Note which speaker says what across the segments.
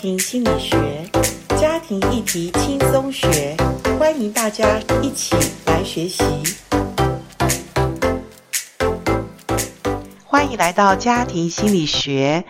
Speaker 1: 庭心理学，家庭议题轻松学，欢迎大家一起来学习。欢迎来到家庭心理学。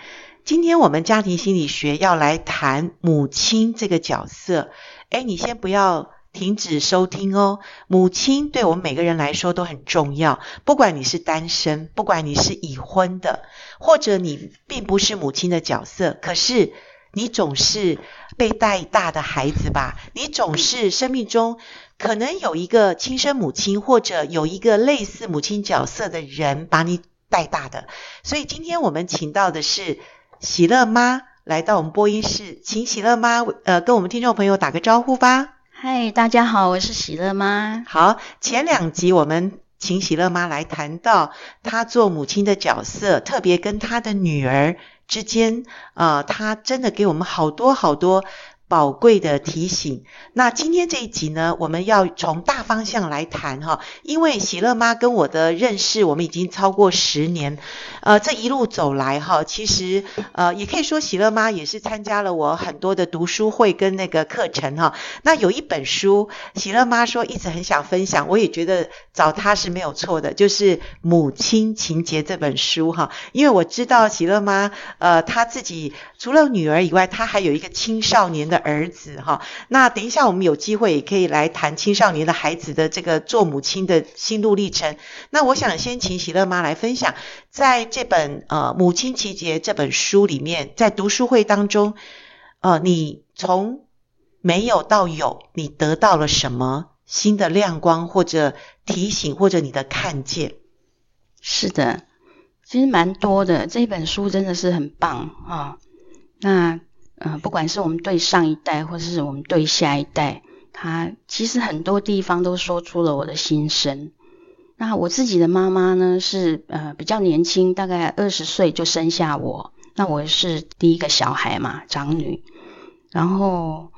Speaker 1: 今天我们家庭心理学要来谈母亲这个角色。哎，你先不要停止收听哦。母亲对我们每个人来说都很重要，不管你是单身，不管你是已婚的，或者你并不是母亲的角色，可是你总是被带大的孩子吧？你总是生命中可能有一个亲生母亲，或者有一个类似母亲角色的人把你带大的。所以今天我们请到的是喜乐妈来到我们播音室，请喜乐妈呃跟我们听众朋友打个招呼吧。
Speaker 2: 嗨，大家好，我是喜乐妈。
Speaker 1: 好，前两集我们请喜乐妈来谈到她做母亲的角色，特别跟她的女儿之间，呃，她真的给我们好多好多宝贵的提醒。那今天这一集呢，我们要从大方向来谈哈，因为喜乐妈跟我的认识，我们已经超过十年，呃，这一路走来哈，其实呃，也可以说喜乐妈也是参加了我很多的读书会跟那个课程哈。那有一本书，喜乐妈说一直很想分享，我也觉得找她是没有错的，就是《母亲情节》这本书哈。因为我知道喜乐妈，呃，她自己除了女儿以外，她还有一个青少年的儿子哈。那等一下我们有机会也可以来谈青少年的孩子的这个做母亲的心路历程。那我想先请喜乐妈来分享，在这本呃《母亲情节》这本书里面，在读书会当中，呃，你从没有到有，你得到了什么新的亮光，或者提醒，或者你的看见？
Speaker 2: 是的，其实蛮多的，这本书真的是很棒啊、那呃，不管是我们对上一代，或是我们对下一代，它其实很多地方都说出了我的心声。那我自己的妈妈呢，是呃比较年轻，大概二十岁就生下我，那我是第一个小孩嘛，长女。然后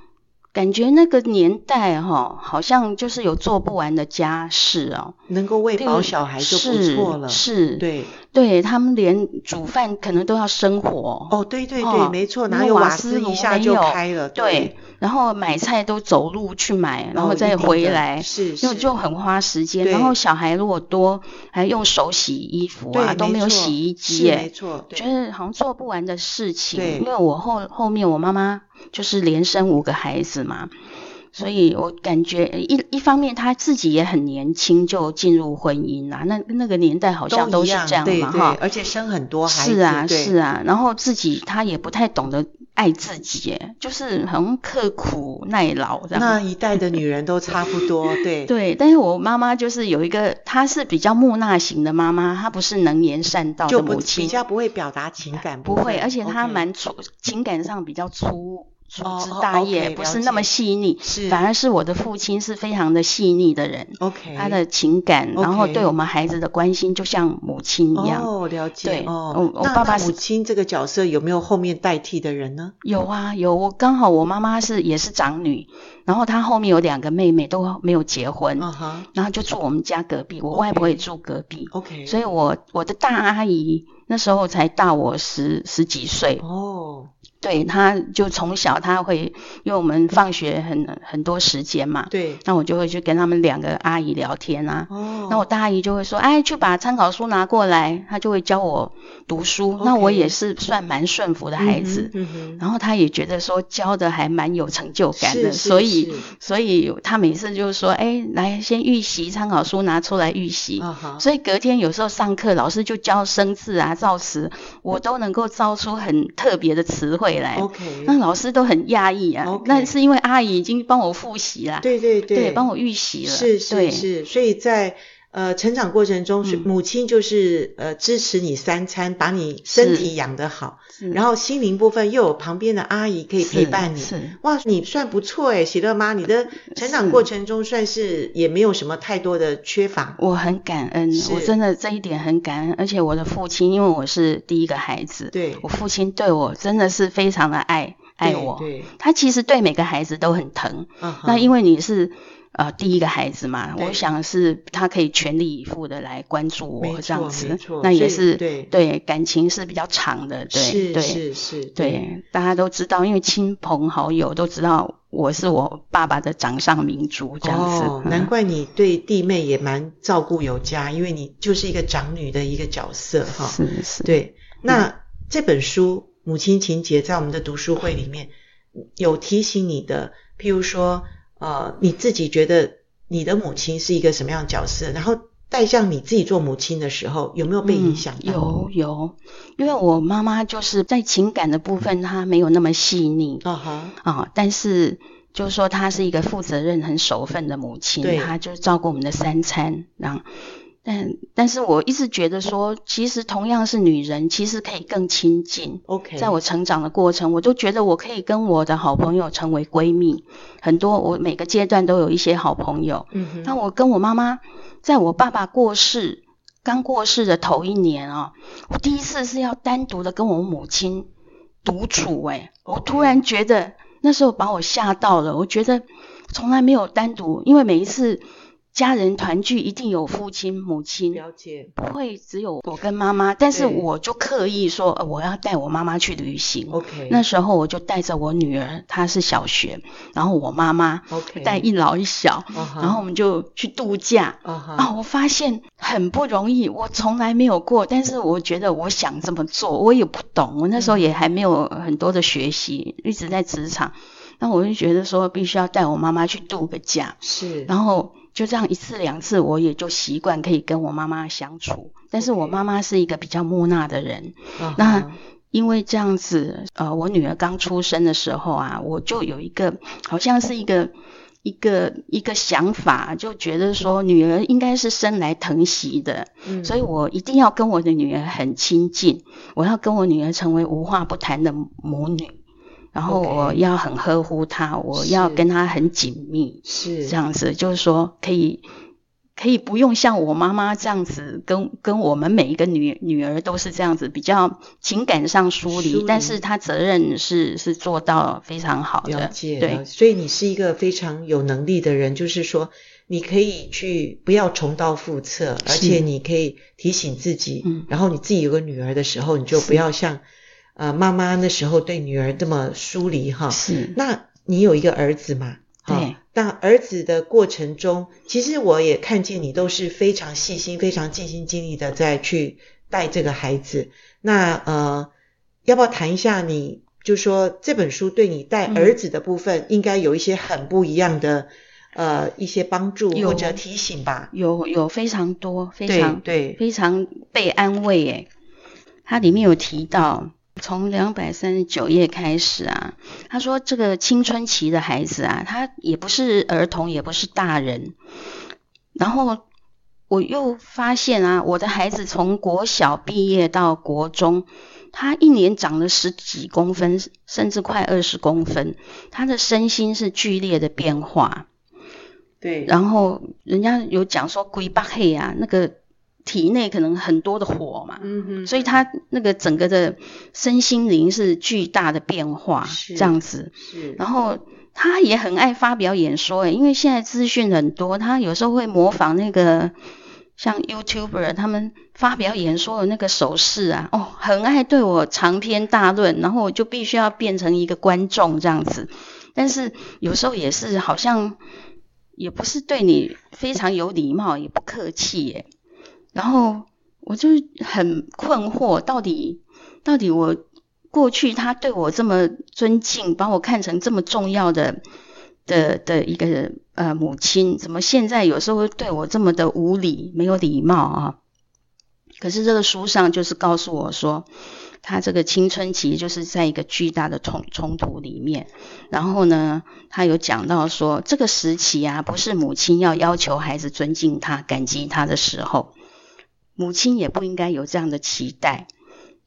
Speaker 2: 感觉那个年代哈、好像就是有做不完的家事哦，
Speaker 1: 能够喂饱小孩就不错了。
Speaker 2: 是，是
Speaker 1: 对，
Speaker 2: 对他们连煮饭可能都要生火，
Speaker 1: 哦，对对对，
Speaker 2: 哦
Speaker 1: 没错，
Speaker 2: 那
Speaker 1: 哪有
Speaker 2: 瓦
Speaker 1: 瓦
Speaker 2: 斯
Speaker 1: 斯
Speaker 2: 炉
Speaker 1: 一下
Speaker 2: 没
Speaker 1: 就
Speaker 2: 有
Speaker 1: 开了？
Speaker 2: 对，然后买菜都走路去买，然
Speaker 1: 哦
Speaker 2: 后
Speaker 1: 一
Speaker 2: 再
Speaker 1: 定
Speaker 2: 回
Speaker 1: 的
Speaker 2: 来，
Speaker 1: 是
Speaker 2: 因为
Speaker 1: 是，
Speaker 2: 就很花时间。
Speaker 1: 对
Speaker 2: 然后小孩如果多，还用手洗衣服
Speaker 1: 对
Speaker 2: 啊，都没有
Speaker 1: 错
Speaker 2: 洗衣机
Speaker 1: 是没
Speaker 2: 耶，
Speaker 1: 错，
Speaker 2: 觉
Speaker 1: 对，
Speaker 2: 得好像做不完的事情。
Speaker 1: 对
Speaker 2: 因为我后后面我妈妈就是连生五个孩子嘛。所以我感觉呃一一方面她自己也很年轻就进入婚姻啦、那那个年代好像
Speaker 1: 都
Speaker 2: 都
Speaker 1: 一
Speaker 2: 是这样
Speaker 1: 对
Speaker 2: 嘛
Speaker 1: 对
Speaker 2: 哈，，
Speaker 1: 而且生很多孩子，
Speaker 2: 是啊，
Speaker 1: 对
Speaker 2: 是啊，然后自己他也不太懂得爱自己耶，就是很刻苦耐劳这
Speaker 1: 那
Speaker 2: 样。
Speaker 1: 一代的女人都差不 多，对，
Speaker 2: 对，但是我妈妈就是有一个，她是比较木讷型的妈妈，她不是能言善道
Speaker 1: 就
Speaker 2: 的
Speaker 1: 不
Speaker 2: 母亲，
Speaker 1: 比较不会表达情感，
Speaker 2: 不会，而且她
Speaker 1: OK
Speaker 2: 蛮粗情感上比较粗粗
Speaker 1: 哦
Speaker 2: 枝
Speaker 1: 哦
Speaker 2: 大
Speaker 1: ，OK，
Speaker 2: 叶，
Speaker 1: 了
Speaker 2: 不是那么
Speaker 1: 解
Speaker 2: 细腻。
Speaker 1: 是
Speaker 2: 反而是我的父亲是非常的细腻的人，
Speaker 1: OK，
Speaker 2: 他的情感，然后
Speaker 1: OK
Speaker 2: 对我们孩子的关心就像母亲一样。
Speaker 1: 哦，了解
Speaker 2: 对
Speaker 1: 哦
Speaker 2: 我。我
Speaker 1: 那
Speaker 2: 爸爸
Speaker 1: 那
Speaker 2: 是
Speaker 1: 母亲这个角色有没有后面代替的人呢？
Speaker 2: 有啊，有我刚好我妈妈是也是长女，然后她后面有两个妹妹都没有结婚，
Speaker 1: 啊哈
Speaker 2: 然后就住我们家隔壁，我
Speaker 1: OK
Speaker 2: 外婆也住隔壁
Speaker 1: ，OK，
Speaker 2: 所以我我的大阿姨那时候才大我十十几岁，
Speaker 1: 哦，
Speaker 2: 对，她就从小她会因为我们放学很很多时间嘛，
Speaker 1: 对，
Speaker 2: 那我就会去跟他们两个阿姨聊天啊，
Speaker 1: 哦，
Speaker 2: 那我大阿姨就会说，哎，去把参考书拿过来，她就会教我读书。那我
Speaker 1: OK
Speaker 2: 也是算蛮顺服的
Speaker 1: 嗯
Speaker 2: 孩
Speaker 1: 哼
Speaker 2: 子，
Speaker 1: 嗯哼
Speaker 2: 然后他也觉得说教的还蛮有成就感
Speaker 1: 是
Speaker 2: 的，
Speaker 1: 是
Speaker 2: 所以
Speaker 1: 是
Speaker 2: 所以他每次就是说，哎，来先预习参考书拿出来预习。
Speaker 1: 啊哈，
Speaker 2: 所以隔天有时候上课，老师就教生字啊、造词，
Speaker 1: 嗯
Speaker 2: 我都能够造出很特别的词汇来。
Speaker 1: OK，
Speaker 2: 那老师都很讶异啊
Speaker 1: OK
Speaker 2: 那是因为阿姨已经帮我复习啦，
Speaker 1: 对对对，
Speaker 2: 帮我预习了，
Speaker 1: 是是
Speaker 2: 对
Speaker 1: 是，所以在。呃，成长过程中，是
Speaker 2: 嗯
Speaker 1: 母亲就是呃支持你三餐，把你身
Speaker 2: 是
Speaker 1: 体养得好，
Speaker 2: 是
Speaker 1: 然后心灵部分又有旁边的阿姨可以陪
Speaker 2: 嗯是
Speaker 1: 伴你，
Speaker 2: 是
Speaker 1: 哇，你算不错哎，喜乐妈，你的成长
Speaker 2: 是
Speaker 1: 过程中算是也没有什么太多的缺乏。
Speaker 2: 我很感恩
Speaker 1: 是，
Speaker 2: 我真的这一点很感恩。而且我的父亲，因为我是第一个孩子，
Speaker 1: 对
Speaker 2: 我父亲对我真的是非常的爱爱
Speaker 1: 对
Speaker 2: 我。
Speaker 1: 对，
Speaker 2: 他其实对每个孩子都很疼。
Speaker 1: 啊哈
Speaker 2: 那因为你是呃第一个孩子嘛，
Speaker 1: 对
Speaker 2: 我想是他可以全力以赴的来关注
Speaker 1: 没
Speaker 2: 我
Speaker 1: 错
Speaker 2: 这样
Speaker 1: 没
Speaker 2: 子
Speaker 1: 错，
Speaker 2: 那也
Speaker 1: 所以
Speaker 2: 是
Speaker 1: 对
Speaker 2: 感情是比较长的，对
Speaker 1: 是
Speaker 2: 对
Speaker 1: 是是，
Speaker 2: 对，大家都知道，因为亲朋好友都知道我是我爸爸的掌上明珠这样子。
Speaker 1: 哦，
Speaker 2: 嗯
Speaker 1: 难怪你对弟妹也蛮照顾有加，因为你就是一个长女的一个角色哈。
Speaker 2: 嗯是是，
Speaker 1: 哦对，那这本书《母亲情节》在我们的读书会里面有提醒你的，譬如说，呃，你自己觉得你的母亲是一个什么样的角色，然后带向你自己做母亲的时候，有没有被影响到？
Speaker 2: 嗯、有有，因为我妈妈就是在情感的部分，她没有那么细腻
Speaker 1: 啊哈，
Speaker 2: 啊、但是就是说她是一个负责任、很守份的母
Speaker 1: 对
Speaker 2: 亲，她就照顾我们的三餐，然后。但但是我一直觉得说，其实同样是女人，其实可以更亲近。
Speaker 1: ，OK，
Speaker 2: 在我成长的过程，我都觉得我可以跟我的好朋友成为闺蜜，很多我每个阶段都有一些好朋友。
Speaker 1: 嗯
Speaker 2: 那
Speaker 1: 哼，
Speaker 2: 我跟我妈妈，在我爸爸过世刚过世的头一年啊、我第一次是要单独的跟我母亲独处、欸，我突然觉得那时候把我吓到了，我觉得从来没有单独，因为每一次家人团聚一定有父亲、母亲，
Speaker 1: 了解
Speaker 2: 不会只有我跟妈妈，但是
Speaker 1: 对
Speaker 2: 我就刻意说、呃我要带我妈妈去旅行。
Speaker 1: ，OK，
Speaker 2: 那时候我就带着我女儿，她是小学，然后我妈妈
Speaker 1: OK，
Speaker 2: 带一老一小，
Speaker 1: 啊哈，
Speaker 2: 然后我们就去度假。
Speaker 1: 啊哈，
Speaker 2: 啊、我发现很不容易，我从来没有过，但是我觉得我想这么做，我也不懂，我那
Speaker 1: 嗯
Speaker 2: 时候也还没有很多的学习，一直在职场，那我就觉得说必须要带我妈妈去度个假，
Speaker 1: 是，
Speaker 2: 然后就这样一次两次，我也就习惯可以跟我妈妈相处。但是我
Speaker 1: OK
Speaker 2: 妈妈是一个比较木讷的人，
Speaker 1: 啊哈
Speaker 2: 那因为这样子，呃，我女儿刚出生的时候啊，我就有一个好像是一个一个一个想法，就觉得说女儿应该是生来疼惜的，
Speaker 1: 嗯
Speaker 2: 所以我一定要跟我的女儿很亲近，我要跟我女儿成为无话不谈的母女。然后
Speaker 1: OK
Speaker 2: 我要很呵护她，我
Speaker 1: 是
Speaker 2: 要跟她很紧密，
Speaker 1: 是
Speaker 2: 这样子，就是说可以可以不用像我妈妈这样子，跟跟我们每一个女女儿都是这样子，比较情感上疏离，
Speaker 1: 疏离
Speaker 2: 但是她责任是是做到非常好
Speaker 1: 了
Speaker 2: 的，
Speaker 1: 解，了
Speaker 2: 对
Speaker 1: 解，所以你是一个非常有能力的人，就是说你可以去不要重蹈覆辙，而
Speaker 2: 是
Speaker 1: 且你可以提醒自己，
Speaker 2: 嗯
Speaker 1: 然后你自己有个女儿的时候，你就不
Speaker 2: 是
Speaker 1: 要像呃妈妈那时候对女儿这么疏离哈。
Speaker 2: 是
Speaker 1: 那你有一个儿子嘛？哈
Speaker 2: 嗯对。
Speaker 1: 那儿子的过程中，其实我也看见你都是非常细心、非常尽心尽力的在去带这个孩子。那呃，要不要谈一下你？就说这本书对你带
Speaker 2: 嗯
Speaker 1: 儿子的部分，应该有一些很不一样的、呃一些帮助
Speaker 2: 有
Speaker 1: 或者提醒吧？
Speaker 2: 有有非常多非
Speaker 1: 对
Speaker 2: 常
Speaker 1: 对，
Speaker 2: 非常被安慰诶。它里面有提到，从两百三十九页开始啊，他说这个青春期的孩子啊，他也不是儿童，也不是大人。然后我又发现啊，我的孩子从国小毕业到国中，他一年长了十几公分，甚至快二十公分，他的身心是剧烈的变化。
Speaker 1: 对，
Speaker 2: 然后人家有讲说龟巴黑啊，那个体内可能很多的火嘛，
Speaker 1: 嗯哼，
Speaker 2: 所以他那个整个的身心灵是巨大的变化，
Speaker 1: 是
Speaker 2: 这样子。
Speaker 1: 是
Speaker 2: 然后他也很爱发表演说，欸诶，因为现在资讯很多，他有时候会模仿那个像 YouTuber 他们发表演说的那个手势啊，哦，很爱对我长篇大论，然后我就必须要变成一个观众这样子。但是有时候也是好像也不是对你非常有礼貌，也不客气耶。然后我就很困惑，到底到底我过去他对我这么尊敬，把我看成这么重要的的的一个呃母亲，怎么现在有时候会对我这么的无理，没有礼貌啊？可是这个书上就是告诉我说，他这个青春期就是在一个巨大的冲冲突里面。然后呢，他有讲到说，这个时期啊，不是母亲要要求孩子尊敬他、感激他的时候，母亲也不应该有这样的期待。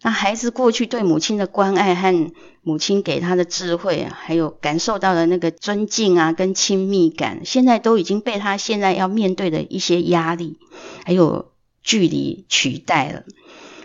Speaker 2: 那孩子过去对母亲的关爱和母亲给他的智慧，还有感受到的那个尊敬啊跟亲密感，现在都已经被他现在要面对的一些压力，还有距离取代了。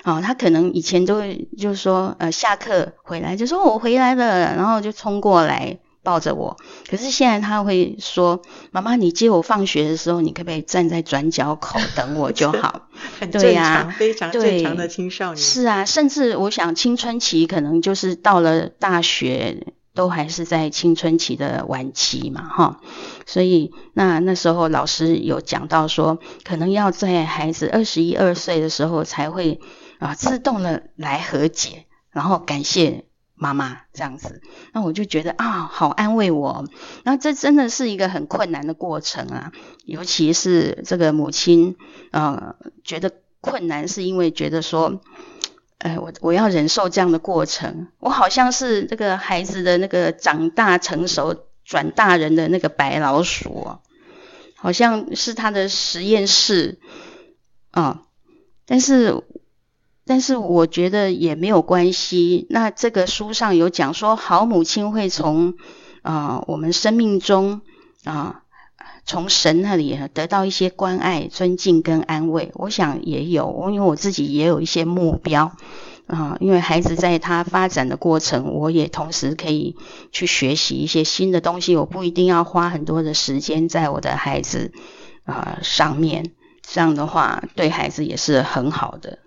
Speaker 2: 哦，他可能以前都会就是说，呃，下课回来就说哦我回来了，然后就冲过来抱着我。可是现在他会说：“妈妈，你接我放学的时候，你可不可以站在转角口等我就好
Speaker 1: 很
Speaker 2: 对
Speaker 1: 正常，
Speaker 2: 呀
Speaker 1: 非常正
Speaker 2: 对
Speaker 1: 常的青少？”年。
Speaker 2: 是啊，甚至我想青春期可能就是到了大学，都还是在青春期的晚期嘛，哈。所以那那时候老师有讲到说，可能要在孩子二十一二岁的时候才会啊自动的来和解，然后感谢妈妈这样子。那我就觉得啊，好安慰我。那这真的是一个很困难的过程啊，尤其是这个母亲，呃，觉得困难是因为觉得说。哎，我我要忍受这样的过程，我好像是这个孩子的那个长大成熟转大人的那个白老鼠、哦，好像是他的实验室啊、但是但是我觉得也没有关系。那这个书上有讲说，好母亲会从啊、呃我们生命中啊、从神那里得到一些关爱、尊敬跟安慰。我想也有，因为我自己也有一些目标。啊、因为孩子在他发展的过程，我也同时可以去学习一些新的东西。我不一定要花很多的时间在我的孩子啊、上面，这样的话对孩子也是很好的。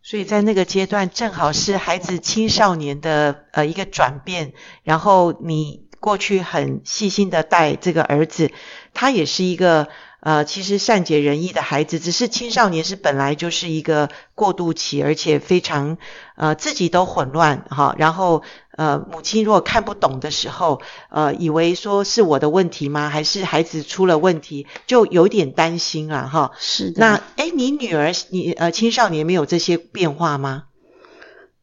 Speaker 1: 所以在那个阶段，正好是孩子青少年的呃一个转变，然后你过去很细心的带这个儿子，他也是一个呃其实善解人意的孩子，只是青少年是本来就是一个过渡期，而且非常呃自己都混乱哈，然后呃母亲如果看不懂的时候，呃以为说是我的问题吗？还是孩子出了问题，就有点担心啊哈。
Speaker 2: 是的，
Speaker 1: 那哎，诶你女儿你呃青少年没有这些变化吗？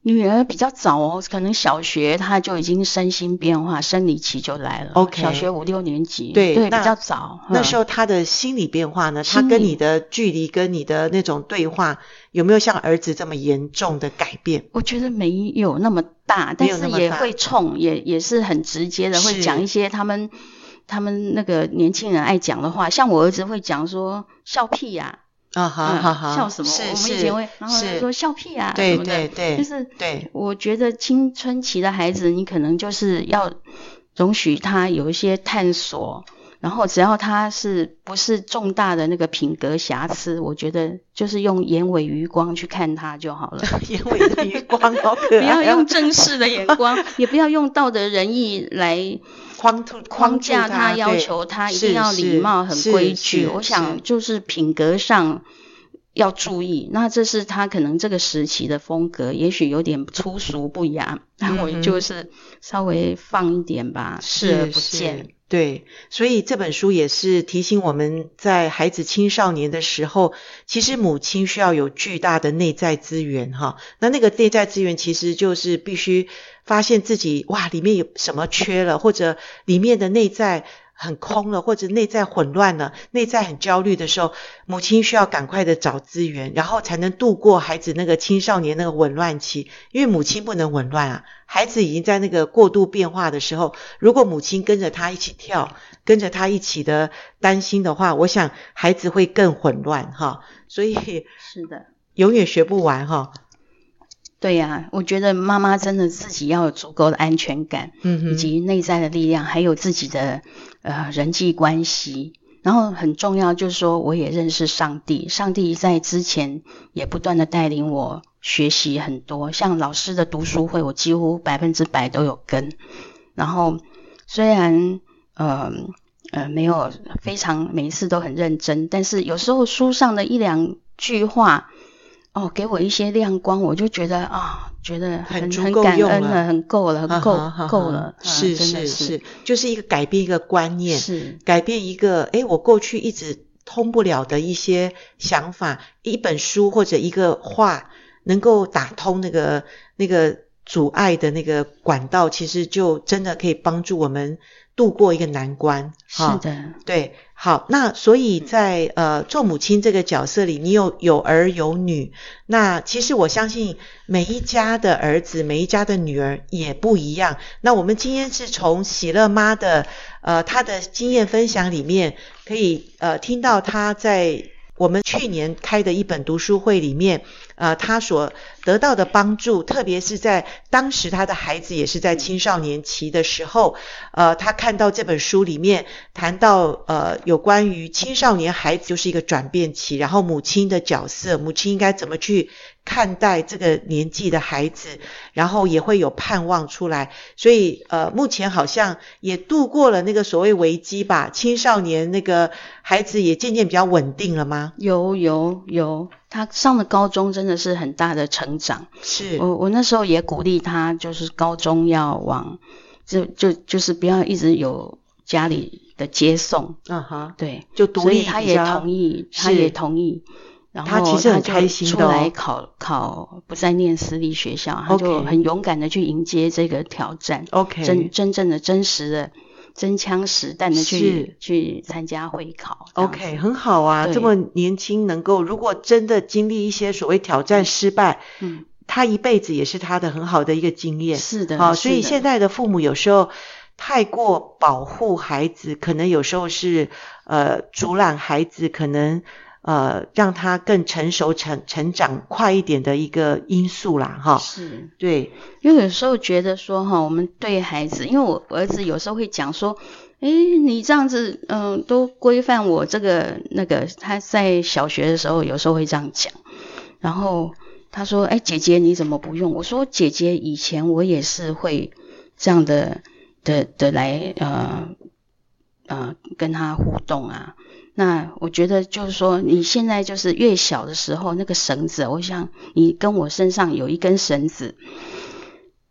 Speaker 2: 女儿比较早哦，可能小学她就已经身心变化，生理期就来了。
Speaker 1: OK
Speaker 2: 小学五六年级，
Speaker 1: 对
Speaker 2: 对，
Speaker 1: 那
Speaker 2: 比较早。嗯
Speaker 1: 那时
Speaker 2: 候
Speaker 1: 候她的嗯心理变化呢？她
Speaker 2: 心理
Speaker 1: 跟你的距离跟你的那种对话，有没有像儿子这么严重的改变？
Speaker 2: 我觉得没有那么大，
Speaker 1: 没
Speaker 2: 但
Speaker 1: 有那
Speaker 2: 是
Speaker 1: 么
Speaker 2: 也
Speaker 1: 大
Speaker 2: 会冲，也也是很直接的，
Speaker 1: 是
Speaker 2: 会讲一些他们他们那个年轻人爱讲的话。像我儿子会讲说笑屁呀、
Speaker 1: 啊哈哈
Speaker 2: 嗯
Speaker 1: 哈！
Speaker 2: 笑什么？
Speaker 1: 是
Speaker 2: 我们
Speaker 1: 是
Speaker 2: 以前会，然后
Speaker 1: 是
Speaker 2: 就说笑屁呀、
Speaker 1: 对
Speaker 2: 什么的
Speaker 1: 对对
Speaker 2: 就是
Speaker 1: 对
Speaker 2: 我觉得青春期的孩子，你可能就是要容许他有一些探索，然后只要他是不是重大的那个品格瑕疵，我觉得就是用眼尾余光去看他就好了，
Speaker 1: 眼尾的余光好可
Speaker 2: 不
Speaker 1: 爱啊，
Speaker 2: 要 用正式的眼光，也不要用道德仁义来
Speaker 1: 框住
Speaker 2: 框架
Speaker 1: 住
Speaker 2: 他，
Speaker 1: 对
Speaker 2: 要求他一
Speaker 1: 是
Speaker 2: 定要
Speaker 1: 是
Speaker 2: 礼貌、
Speaker 1: 是
Speaker 2: 很规
Speaker 1: 是
Speaker 2: 矩。我
Speaker 1: 是
Speaker 2: 想就是品格上要注意，那这是他可能这个时期的风格，也许有点粗俗不雅，那
Speaker 1: 嗯哼
Speaker 2: 我就是稍微放一点吧，视而不见。
Speaker 1: 是对，所以这本书也是提醒我们在孩子青少年的时候，其实母亲需要有巨大的内在资源哈。那那个内在资源其实就是必须发现自己哇，里面有什么缺了，或者里面的内在很空了，或者内在混乱了，内在很焦虑的时候，母亲需要赶快的找资源，然后才能度过孩子那个青少年那个紊乱期。因为母亲不能紊乱啊，孩子已经在那个过度变化的时候，如果母亲跟着他一起跳，跟着他一起的担心的话，我想孩子会更混乱哈。所以
Speaker 2: 是的，
Speaker 1: 永远学不完哈。
Speaker 2: 对呀、我觉得妈妈真的自己要有足够的安全感。
Speaker 1: 嗯
Speaker 2: 以
Speaker 1: 哼，
Speaker 2: 及内在的力量，还有自己的呃人际关系。然后很重要就是说，我也认识上帝，上帝在之前也不断的带领我学习很多，像老师的读书会，我几乎百分之百都有跟。然后虽然呃呃没有非常每一次都很认真，但是有时候书上的一两句话。哦，给我一些亮光，我就觉得啊、觉得
Speaker 1: 很
Speaker 2: 很
Speaker 1: 足
Speaker 2: 很
Speaker 1: 够
Speaker 2: 感
Speaker 1: 用
Speaker 2: 恩
Speaker 1: 了
Speaker 2: 很够了，
Speaker 1: 啊
Speaker 2: 呃够
Speaker 1: 哈哈
Speaker 2: 够
Speaker 1: 哈
Speaker 2: 了，嗯
Speaker 1: 是
Speaker 2: 真的
Speaker 1: 是
Speaker 2: 是
Speaker 1: 是，就是一个改变一个观念，
Speaker 2: 是
Speaker 1: 改变一个，诶，我过去一直通不了的一些想法，一本书或者一个话，能够打通那个那个阻碍的那个管道，其实就真的可以帮助我们度过一个难关。哈
Speaker 2: 是的，
Speaker 1: 对，好，那所以在呃做母亲这个角色里，你有有儿有女，那其实我相信每一家的儿子、每一家的女儿也不一样。那我们今天是从喜乐妈的呃她的经验分享里面，可以呃听到她在我们去年开的一本读书会里面，呃，他所得到的帮助，特别是在当时他的孩子也是在青少年期的时候，呃，他看到这本书里面谈到呃有关于青少年孩子就是一个转变期，然后母亲的角色，母亲应该怎么去看待这个年纪的孩子，然后也会有盼望出来，所以呃，目前好像也度过了那个所谓危机吧，青少年那个孩子也渐渐比较稳定了吗？
Speaker 2: 有有有，他上了高中真的是很大的成长。
Speaker 1: 是，
Speaker 2: 我我那时候也鼓励他，就是高中要往，就就就是不要一直有家里的接送，
Speaker 1: 嗯哈，
Speaker 2: 对，
Speaker 1: 就独
Speaker 2: 所以
Speaker 1: 立
Speaker 2: 他
Speaker 1: 比
Speaker 2: 也
Speaker 1: 较，
Speaker 2: 同意，他
Speaker 1: 是
Speaker 2: 也同意。然
Speaker 1: 他
Speaker 2: 后
Speaker 1: 其实很
Speaker 2: 就
Speaker 1: 开心的
Speaker 2: 出
Speaker 1: 哦
Speaker 2: 来考考不再念私立学校，他就
Speaker 1: OK
Speaker 2: 很勇敢的去迎接这个挑战。
Speaker 1: OK，
Speaker 2: 真真正的真实的真枪实弹
Speaker 1: 是
Speaker 2: 的去去参加会考。这样子
Speaker 1: OK，很好啊，
Speaker 2: 对
Speaker 1: 这么年轻能够，如果真的经历一些所谓挑战失败，
Speaker 2: 嗯，
Speaker 1: 他一辈子也是他的很好的一个经验。
Speaker 2: 是的，
Speaker 1: 好、所以现
Speaker 2: 在
Speaker 1: 在的父母有时候太过保护孩子，可能有时候是呃阻拦孩子，可能呃让他更成熟成成长快一点的一个因素啦，哈、
Speaker 2: 是
Speaker 1: 对，
Speaker 2: 因为有时候觉得说哈，我们对孩子，因为我我儿子有时候会讲说，诶，你这样子，嗯、都规范我这个那个，他在小学的时候有时候会这样讲，然后他说，诶，姐姐你怎么不用？我说，姐姐以前我也是会这样的的的来呃呃跟他互动啊。那我觉得就是说，你现在就是越小的时候，那个绳子，我想你跟我身上有一根绳子，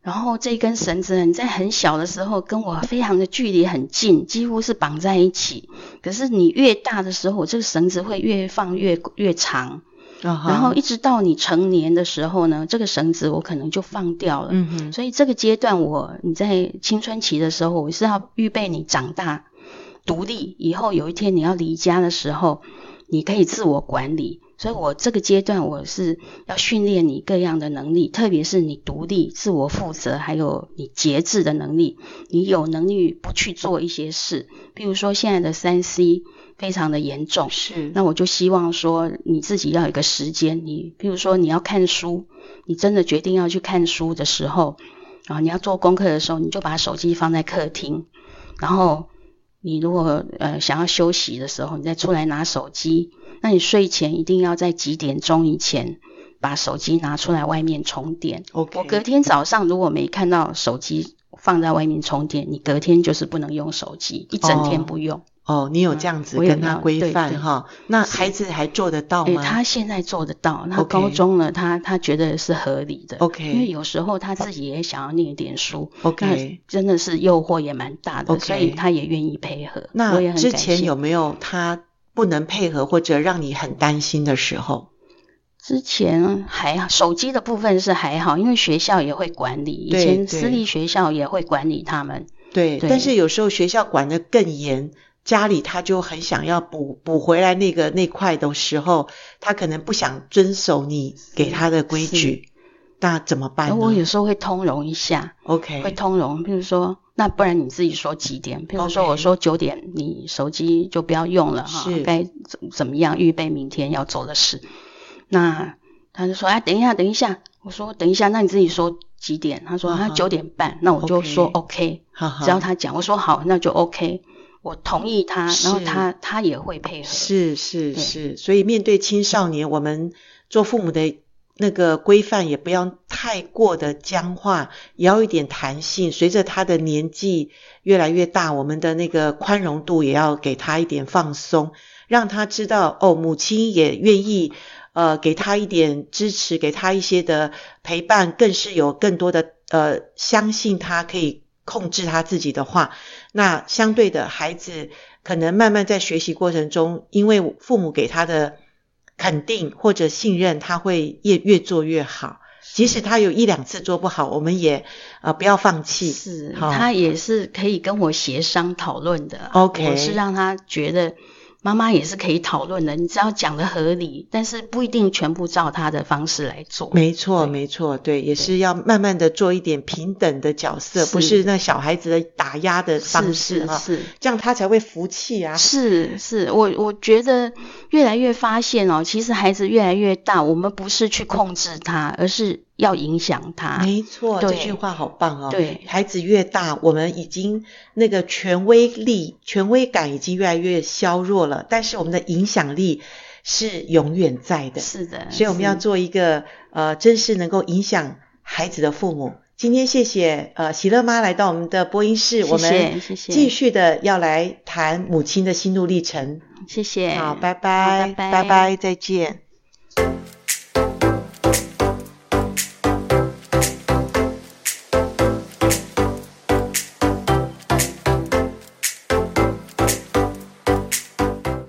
Speaker 2: 然后这根绳子呢，你在很小的时候跟我非常的距离很近，几乎是绑在一起。可是你越大的时候，我这个绳子会越放越越长，
Speaker 1: 然
Speaker 2: 然后一直到你成年的时候呢，这个绳子我可能就放掉了。
Speaker 1: 嗯哼，
Speaker 2: 所以这个阶段我，你在青春期的时候，我是要预备你长大、独立，以后有一天你要离家的时候，你可以自我管理。所以我这个阶段，我是要训练你各样的能力，特别是你独立、自我负责，还有你节制的能力。你有能力不去做一些事，譬如说现在的三 C 非常的严重，
Speaker 1: 是
Speaker 2: 那我就希望说你自己要有一个时间，你比如说你要看书，你真的决定要去看书的时候，然后你要做功课的时候，你就把手机放在客厅，然后你如果呃想要休息的时候，你再出来拿手机。那你睡前一定要在几点钟以前把手机拿出来外面充电。
Speaker 1: OK，
Speaker 2: 我隔天早上如果没看到手机放在外面充电，你隔天就是不能用手机，一整
Speaker 1: 哦
Speaker 2: 天不用。
Speaker 1: 哦，你有这样子
Speaker 2: 我有
Speaker 1: 跟他
Speaker 2: 要
Speaker 1: 规
Speaker 2: 对
Speaker 1: 范
Speaker 2: 对
Speaker 1: 哈、那
Speaker 2: 是
Speaker 1: 孩子还做得到
Speaker 2: 诶
Speaker 1: 吗？
Speaker 2: 他现在做得到，他
Speaker 1: OK
Speaker 2: 高中了，他他觉得是合理的。
Speaker 1: OK
Speaker 2: 因为有时候他自己也想要念一点书
Speaker 1: OK
Speaker 2: 那真的是诱惑也蛮大的
Speaker 1: OK
Speaker 2: 所以他也愿意配合。我也
Speaker 1: 那
Speaker 2: 很
Speaker 1: 之
Speaker 2: 感
Speaker 1: 前
Speaker 2: 谢
Speaker 1: 有没有他不能配合或者让你很担心的时候？
Speaker 2: 之前还好，手机的部分是还好，因为学校也会管理，以
Speaker 1: 对
Speaker 2: 前
Speaker 1: 对
Speaker 2: 私立学校也会管理他们。
Speaker 1: 对，
Speaker 2: 对
Speaker 1: 但是有时候学校管得更严，家里他就很想要补补回来那个那块的时候，他可能不想遵守你给他的规矩，那怎么办
Speaker 2: 而
Speaker 1: 呢
Speaker 2: 我有时候会通融一下，会
Speaker 1: OK，
Speaker 2: 通融，比如说，那不然你自己说几点？比如说
Speaker 1: OK
Speaker 2: 我说九点，你手机就不要用了哈
Speaker 1: 是，
Speaker 2: 该怎怎么样预备明天要做的事。那他就说，哎，等一下，等一下。我说等一下，那你自己说几点？他说
Speaker 1: 啊哈
Speaker 2: 他九点半，那我就
Speaker 1: OK
Speaker 2: 说 OK，
Speaker 1: 哈哈，
Speaker 2: 只要他讲，我说好，那就 OK，我同意他，然后
Speaker 1: 是
Speaker 2: 他他也会配合。
Speaker 1: 是是
Speaker 2: 对
Speaker 1: 是，所以面对青少年，我们做父母的那个规范也不要太过的僵化，也要一点弹性。随着他的年纪越来越大，我们的那个宽容度也要给他一点放松，让他知道哦，母亲也愿意。呃，给他一点支持，给他一些的陪伴，更是有更多的呃，相信他可以控制他自己的话，那相对的，孩子可能慢慢在学习过程中，因为父母给他的肯定或者信任，他会越越做越好。即使他有一两次做不好，我们也呃不要放弃。
Speaker 2: 是，
Speaker 1: 好
Speaker 2: 他也是可以跟我协商讨论的啊。
Speaker 1: OK
Speaker 2: 我是让他觉得妈妈也是可以讨论的，你只要讲的合理，但是不一定全部照她的方式来做。
Speaker 1: 没错，没错，对，也是要慢慢的做一点平等的角色，不是那小孩子的打压的方
Speaker 2: 是
Speaker 1: 式啊
Speaker 2: 是
Speaker 1: 哈，
Speaker 2: 是
Speaker 1: 这样他才会服气啊。
Speaker 2: 是是，我我觉得越来越发现哦，其实孩子越来越大，我们不是去控制他，而是要影响他。
Speaker 1: 没错，这
Speaker 2: 对
Speaker 1: 句话好棒哦。
Speaker 2: 对
Speaker 1: 孩子越大，我们已经那个权威力、权威感已经越来越削弱了，但是我们的影响力是永远在的。
Speaker 2: 是的，
Speaker 1: 所以我们要
Speaker 2: 是
Speaker 1: 做一个呃，真是能够影响孩子的父母。今天谢谢呃喜乐妈来到我们的播音室，
Speaker 2: 谢谢
Speaker 1: 我们
Speaker 2: 谢谢
Speaker 1: 继续的要来谈母亲的心路历程。
Speaker 2: 谢谢，
Speaker 1: 好，拜
Speaker 2: 哎好
Speaker 1: 拜，
Speaker 2: 拜拜
Speaker 1: 拜拜，再见。